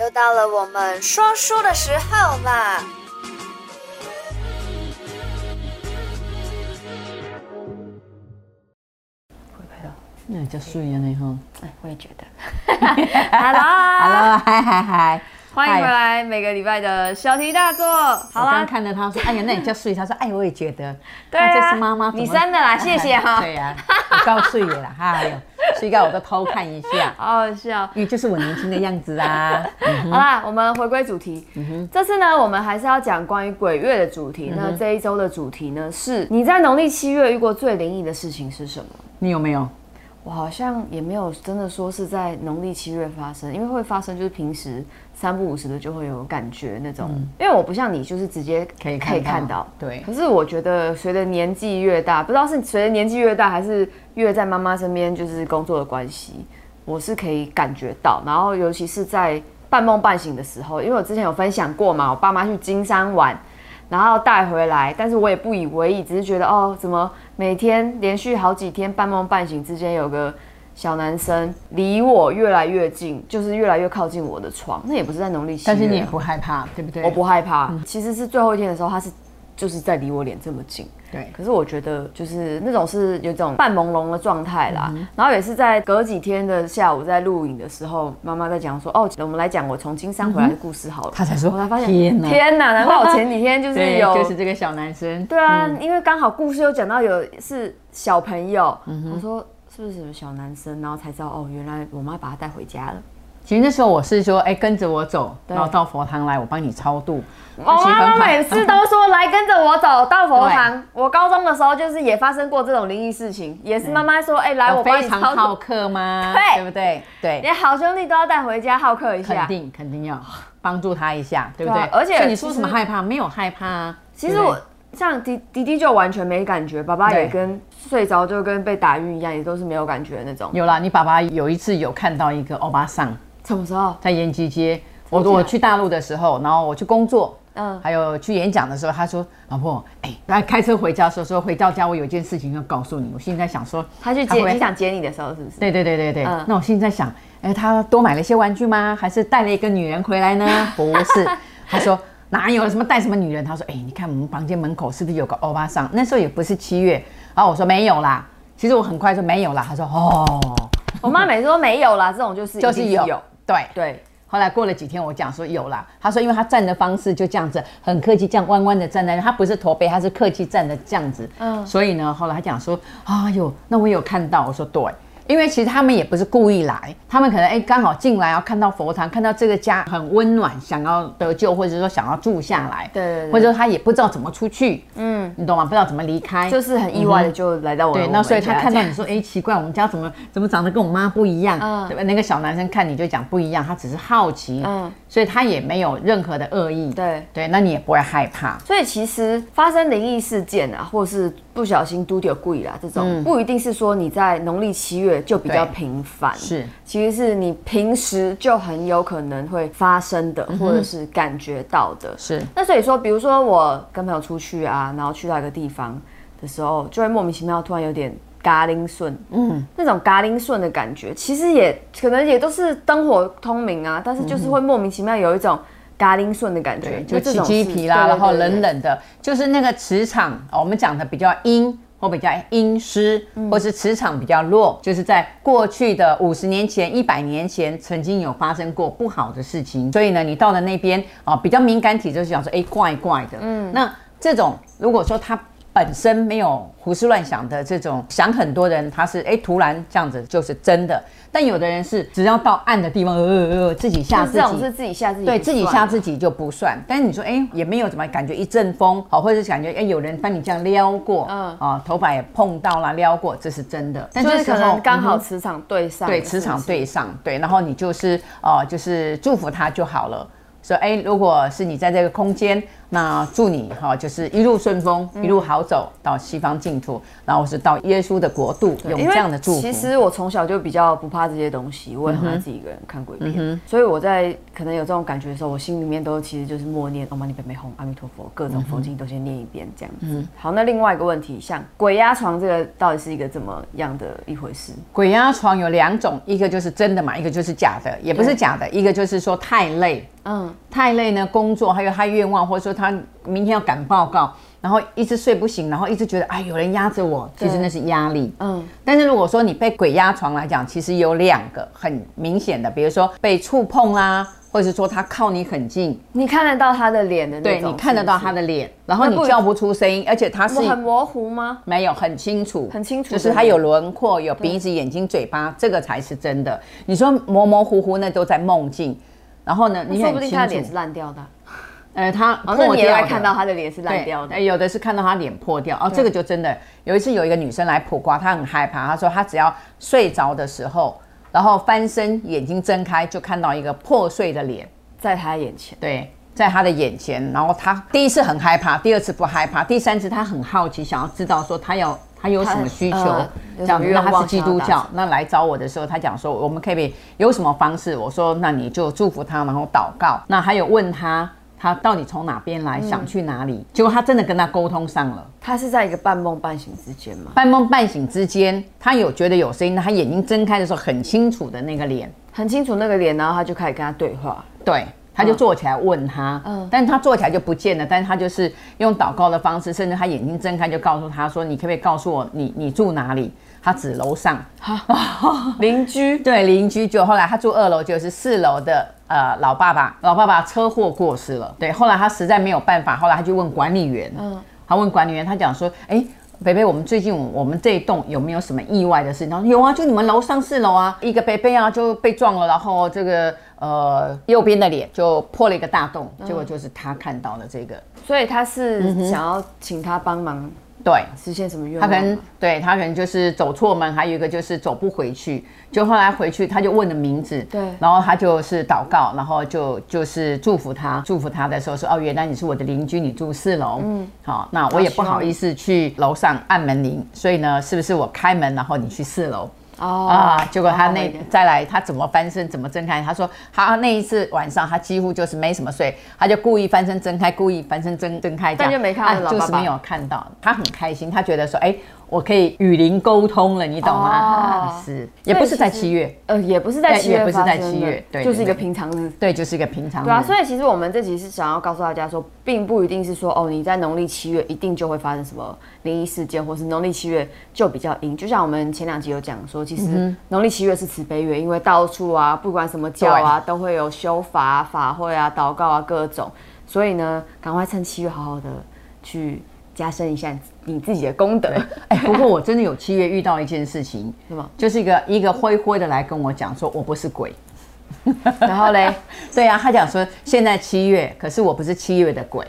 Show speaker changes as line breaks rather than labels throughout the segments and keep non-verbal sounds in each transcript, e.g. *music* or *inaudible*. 又到了我们说书的时候啦！
那比较顺眼呢哈。
哎，我也觉得。啊
Hello，
Hello，嗨啊嗨嗨！
欢迎回来，每个礼拜的小题大做。好
我刚
啦，
看着他说：“哎呀，那你叫睡。”他说：“哎，我也觉得。”
对啊
那这是妈妈怎么
你生的啦谢啊谢哈
*laughs* 对呀，我告诉你了，哎呦，睡觉我都偷看一下，
好好笑。
因为就是我年轻的样子啊。
好啦，我们回归主题。这次呢，我们还是要讲关于鬼月的主题。那这一周的主题呢是你在农历七月遇过最灵异的事情是什么？
你有没有？
我好像也没有真的说是在农历七月发生，因为会发生就是平时三不五时的就会有感觉那种。因为我不像你，就是直接
嗯可以
可以看到。
对
可，是我觉得随着年纪越大，不知道是随着年纪越大，还是越在妈妈身边就是工作的关系，我是可以感觉到。然后尤其是在半梦半醒的时候，因为我之前有分享过嘛，我爸妈去金山玩。然后带回来，但是我也不以为意，只是觉得哦，怎么每天连续好几天半梦半醒之间有个小男生离我越来越近，就是越来越靠近我的床，那也不是在农历七月啊，
但是你也不害怕，对不对？
我不害怕。其实是最后一天的时候，他是就是在离我脸这么近。
对。
可是我觉得就是那种是有一种半朦胧的状态啦，
嗯
然后也是在隔几天的下午在录影的时候，妈妈在讲说哦，我们来讲我从金山回来的故事好了。
他才嗯说
我才发现
天哪
天哪！难怪我前几天就是
*laughs* 对，
有
就是嗯这个小男生。
对啊，因为刚好故事有讲到有是小朋友，
嗯
我说是不是有小男生，然后才知道哦，原来我妈把他带回
*laughs*
家了。
其实那时候我是说，哎，跟着我走，
对
然后到佛堂来，我帮你超度。
我哦妈妈每次都说来跟着我走到佛堂
*laughs* 对。
我高中的时候就是也发生过这种灵异事情，也是妈妈说，哎、来
我
我帮你
非常
操
好
作，
客吗？
对
对不对？对。
连好兄弟都要带回家好客一
哎肯
下。
定肯定要帮助他一下，对不对？
对啊而且
所以你说
其
什
实
么害怕？没有害怕啊。
其实
对不
我
对
像迪迪迪就完全没感觉，爸爸也
对
跟睡着就跟被打晕一样，也都是没有感觉的那种。
有啦，你爸爸有一次有看到一个欧巴桑
什么时候？
在延吉街，我
真假
我去大陆的时候，然后我去工作。
嗯
还有去演讲的时候，他说：“老婆，哎、他开车回家的时候说，回到家我有一件事情要告诉你。我现在想说，
他去
他回
接
来
你想接你的时候是不是？
对对对对对。
嗯
那我现在想，哎、他多买了一些玩具吗？还是带了一个女人回
*laughs*
来呢？不是，他说哪有什么带什么女人？他说，哎、你看我们房间门口是不是有个欧巴桑？那时候也不是七月，然后我说没有啦。其实我很快说没有啦。他说哦，
我妈每次说没有啦，这种就是
就是
一定
有，对。
对。
后来过了几天，我讲说有啦。他说，因为他站的方式就这样子，很客气，这样弯弯的站在那，他不是驼背，他是客气站的这样子。
嗯
嗯，所以呢，后来他讲说，哎呦，那我有看到。我说对，因为其实他们也不是故意来，他们可能哎刚好进来，然后看到佛堂，看到这个家很温暖，想要得救，或者说想要住下来，
对对对
或者说他也不知道怎么出去，
嗯
嗯，你懂吗？不知道怎么离开，
就是很意外的就来到我的
嗯对，
我
那所以
们
他
家
看
这
到
样
你说，哎、奇怪，我们家怎么怎么长得跟我妈不一样？
嗯
对吧？那个小男生看你就讲不一样，他只是好奇，
嗯
嗯，所以他也没有任何的恶意，
对
对，那你也不会害怕，
所以其实发生灵异事件啊，或是不小心丢丢故意啦，这种、不一定是说你在农历七月就比较
嗯对
频繁，
是
其实是你平时就很有可能会发生的，
嗯
或者是感觉到的。
是，
那所以说，比如说我跟朋友出去啊，然后去到一个地方的时候，就会莫名其妙突然有点嘎铃顺，嗯，那种嘎铃顺的感觉，其实也可能也都是灯火通明啊，但是就是会莫名其妙有一种嘎铃顺的感觉，
对，就
这
起
种
鸡
是
皮啦，
对对
然后
对对
冷冷的，就是那个磁场，哦我们讲的比较阴。或比较阴湿，
嗯
或是磁场比较弱，就是在过去的五十年前、一百年前，曾经有发生过不好的事情。所以呢，你到了那边啊、比较敏感体就是想说，哎、怪怪的。嗯，那这种如果说他本身没有胡思乱想的这种，想很多人他是哎、突然这样子就是真的，但有的人是只要到暗的地方，呃呃呃，自己吓
就是
自己。
这种是自己吓自己，
对自己吓自己就不算，但是你说哎、也没有怎么感觉一阵风，好，或者是感觉哎、有人帮你这样撩过，
嗯
嗯啊头发也碰到了撩过，这是真的。但
就是
这时
可
候
能刚好
嗯哼
磁场对上，
对
是不
磁
是
哦场对上，对，然后你就是呃就是祝福他就好了。说，哎，如果是你在这个空间，那祝你哈、就是一路顺风，
嗯
一路好走到西方净土，然后是到耶稣的国度，用
因为
这样的祝福。嗯
其实我从小就比较不怕这些东西，我也很爱自己一个人看鬼片，所以我在可能有这种感觉的时候，我心里面都其实就是默念“哦，玛尼贝美吽，阿弥陀佛”，各
嗯
种佛经都先念一遍这样子。好，那另外一个问题，像鬼压床这个到底是一个怎么样的一回事？
鬼压床有两种，一个就是真的嘛，一个就是假的，也不是假的，一个就是说太累，
嗯，
太累呢，工作还有他愿望，或者说他明天要赶报告，然后一直睡不醒，然后一直觉得哎有人压着我，其实那是压力。
嗯，
但是如果说你被鬼压床来讲，其实有两个很明显的，比如说被触碰啦、或者是说他靠你很近，
你看得到他的脸的那
对
种，
你看得到他
的，
的脸，然后
那
你
不
叫不出声音，而且他是
我很模糊吗？
没有，很清楚，
很清楚
就是
的
它有轮廓，有鼻子、眼睛、嘴巴，这个才是真的。你说模模糊糊，那都在梦境。然后呢，你
说
很
不定
清
他的脸是
楚，
烂掉的啊，
呃，它
哦，那
破
你也
掉
来
的
看到他的脸是烂
对
掉的
呃。有的是看到他脸破掉，哦，这个就真的有一次有一个女生来卜卦，她很害怕，她说她只要睡着的时候，然后翻身，眼睛睁开就看到一个破碎的脸，
在他眼前，
对，在他的眼前，然后他第一次很害怕，第二次不害怕，第三次他很好奇，想要知道说他要他有什么需求，
他呃
这样子。
有什么
那他是基
愿望
督
想要达
教，那来找我的时候，他讲说我们可以有什么方式？我说那你就祝福他，然后祷告。那还有问他。他到底从哪边来，
嗯
想去哪里？结果他真的跟他沟通上了，
他是在一个半梦半醒之间嘛，
半梦半醒之间，他有觉得有声音，他眼睛睁开的时候很清楚的那个脸，
很清楚那个脸，然后他就开始跟他对话。
对，他就坐起来问他，嗯
嗯，
但是他坐起来就不见了，但是他就是用祷告的方式，甚至他眼睛睁开就告诉他说：“你可不可以告诉我你你住哪里？”他指楼上，
*laughs* 邻居，
对邻居就后来他住二楼，就是四楼的呃老爸爸，老爸爸车祸过世了，对，后来他实在没有办法，后来他就问管理员，嗯，他问管理员，他讲说，哎、北北，我们最近我们这一栋有没有什么意外的事情？他说有啊，就你们楼上四楼啊，一个北北啊就被撞了，然后这个呃右边的脸就破了一个大洞，结
嗯
果就是他看到了这个，
所以他是想要请他帮忙
对，
实现什么愿
嗯他
望
可
吗？
能对他可能就是走错门，还有一个就是走不回去。就后来回去，他就问了名字，
对
然后他就是祷告，然后就就是祝福他，祝福他的时候说：“哦，原来你是我的邻居，你住四楼，嗯，好，那我也不好意思去楼上按门铃，所以呢，是不是我开门，然后你去四楼？”
哦
啊！结果他
好好
那
一点
再来，他怎么翻身，怎么睁开？他说他那一次晚上他几乎就是没什么睡，他就故意翻身睁开，故意翻身睁睁开这
但
样，
就没看到
啊
老
就
爸
是
爸
没有看到。他很开心，他觉得说，哎，我可以与灵沟通了，你懂吗？
哦
啊是，也不是在
其实
七月，
呃，也不是在
对
七月
也不是在
发生
七
的
月对
就是一
对
个
对嗯
平常日。
对，就是一个平常
对啊，
人
所以其实我们这集是想要告诉大家说，并不一定是说哦，你在农历七月一定就会发生什么灵异事件，或是农历七月就比较嗯阴。就像我们前两集有讲说，其
嗯
实农历七月是慈悲月，因为到处啊，不管什么教啊，都会有修法、啊、法会啊、祷告啊各种，所以呢，赶快趁七月好好的去加深一下你自己的功德，
哎，不过我真的有七月遇到一件事情，
是吗？
就是一个一个灰灰的来跟我讲说，我不是鬼。 *laughs*
然后嘞，
对啊，他讲说现在七月，可是我不是七月的鬼。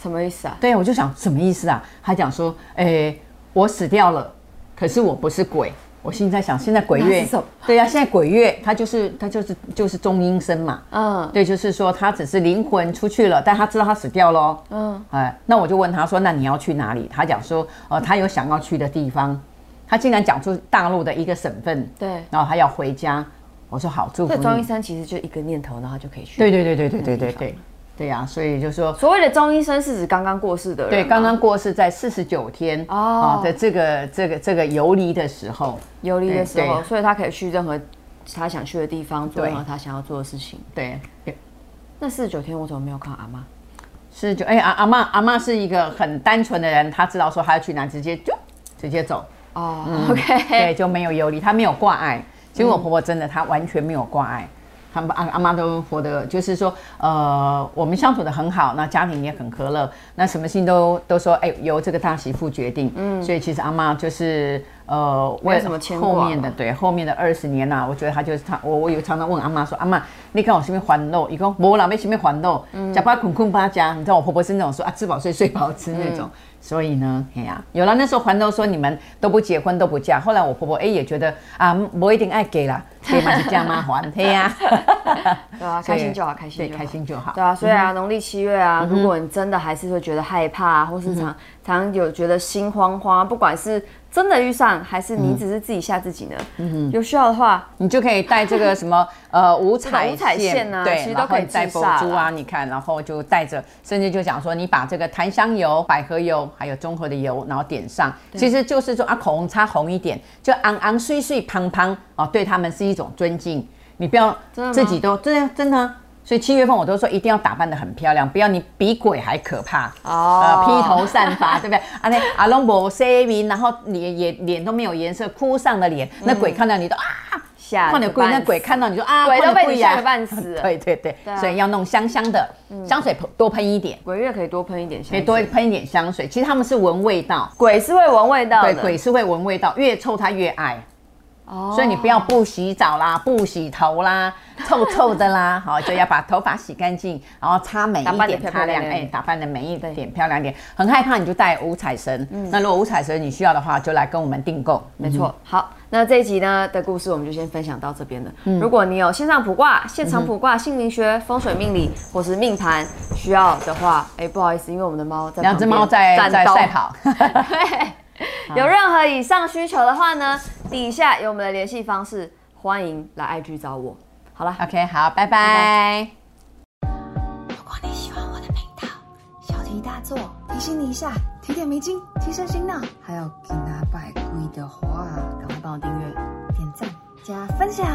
什么意思啊？
对，我就想什么意思啊？他讲说，诶，我死掉了，可是我不是鬼。我心里在想，现在鬼
那
月
是什么，
对呀、啊，现在鬼月，它就是它就是就是中阴身嘛，
嗯，
对，就是说他只是灵魂出去了，但他知道他死掉喽。嗯
嗯，
哎，那我就问他说：“那你要去哪里？”他讲说：“呃，他有想要去的地方。”他竟然讲出大陆的一个省份，
对。
然后他要回家。我说：“好，祝福
所以中医
你。
生其实就一个念头，然后就可以”去。
对对对对对对对对对呀、所以就说。
所谓的中医生是指刚刚过世的人吗，啊
对，刚刚过世在四十九天
哦
啊的这个这个这个游离的时候，
游离的时
对
候，
对
所以他可以去任何他想去的地方，做
对
任何他想要做的事情。
对，
那四十九天我怎么没有看到阿妈？
四十九。哎，阿阿妈阿妈是一个很单纯的人，她知道说她要去哪，直接就直接走。嗯
哦、o *laughs*
对，
k
就没有游离，她没有挂碍。其实我婆婆真的，她完全没有挂碍。她阿阿妈都活得，就是说，呃，我们相处的很好，那家庭也很和乐，那什么事情都都说，哎、由这个大媳妇决定。嗯，所以其实阿妈就是，呃，
没有
为
什么牵挂
后面的对后面的二十年呐、啊我觉得她就是她，我我有常常问阿妈说，阿妈，你看我身边还肉，伊
嗯嗯
讲无啦，没身边还肉，假巴捆捆巴家，你知道我婆婆是那种说啊，吃饱睡，睡饱吃那种，所以呢，哎呀、有了那时候环都说你们都不结婚都不嫁，后来我婆婆哎、也觉得啊，我一定爱给啦，给嘛是嫁
*laughs*
嘛还，嘿呀、
对啊，
所以
开心就好，开心
*laughs* 对，
就好
开。心就好。嗯
对啊，所以啊，农历七月啊，如果你真的还是会觉得害怕、啊，
嗯
或是常常有觉得心慌慌，不管是真的遇上，还是
嗯
你只是自己吓自己呢，有需要的话，
你就可以带这个什么
*laughs*
呃五彩
五彩线啊
对，
其实
然
都可以
后带
治
佛
煞
珠啊，
啦
你看，然后就带着，甚至就讲说你把这个檀香油、百合油还有综合的油，然后点上，其实就是说啊，口红擦红一点，就昂昂碎碎胖胖哦，对他们是一种尊敬，你不要
真的吗
自己都真的真的啊。所以七月份我都说一定要打扮得很漂亮，不要你比鬼还可怕
哦
呃，披头散发， *laughs* 对不对？啊，那阿龙伯 C V，然后脸也脸都没有颜色，哭丧的脸，那
嗯
鬼看到你都啊，
吓
换
得
了鬼，
半
那
死
鬼看到你就啊，
鬼都
换了
被
鬼
你
呀
吓得半死了
*laughs* 对对对
对，啊嗯
所以要弄香香的，香水多喷一点，
鬼月可以多喷一点香
可以
水，
多喷一点香水。其实他们是闻味道，
鬼是会闻味道
对，
的，
鬼是会闻味道，越臭它越爱。
哦
所以你不要不洗澡啦， *laughs* 不洗头啦， *laughs* 臭臭的啦， *laughs* 好就要把头发洗干净，然后擦美
打
一
扮得
点，
漂
擦
漂亮
亮，
亮
哎，打扮的美一
对嗯
点，漂亮一点。很害怕你就带五彩绳，那如果五彩绳你需要的话，就来跟我们订购。
没错，好，那这一集呢的故事我们就先分享到这边了。
嗯
如果你有线上卜卦、现场卜卦、姓名学、风水命理或是命盘需要的话，哎、不好意思，因为我们的猫在
两只猫
旁
在
边
在
战斗
赛。跑， *laughs*
对， *laughs* 有任何以上需求的话呢，底下有我们的联系方式，欢迎来 IG 找我。好了，
OK，好，拜拜。
如果你喜欢我的频道，小题大做，提醒你一下，提点迷津，提升心脑。还有给拿百贵的话，赶快帮我订阅、点赞、加分享。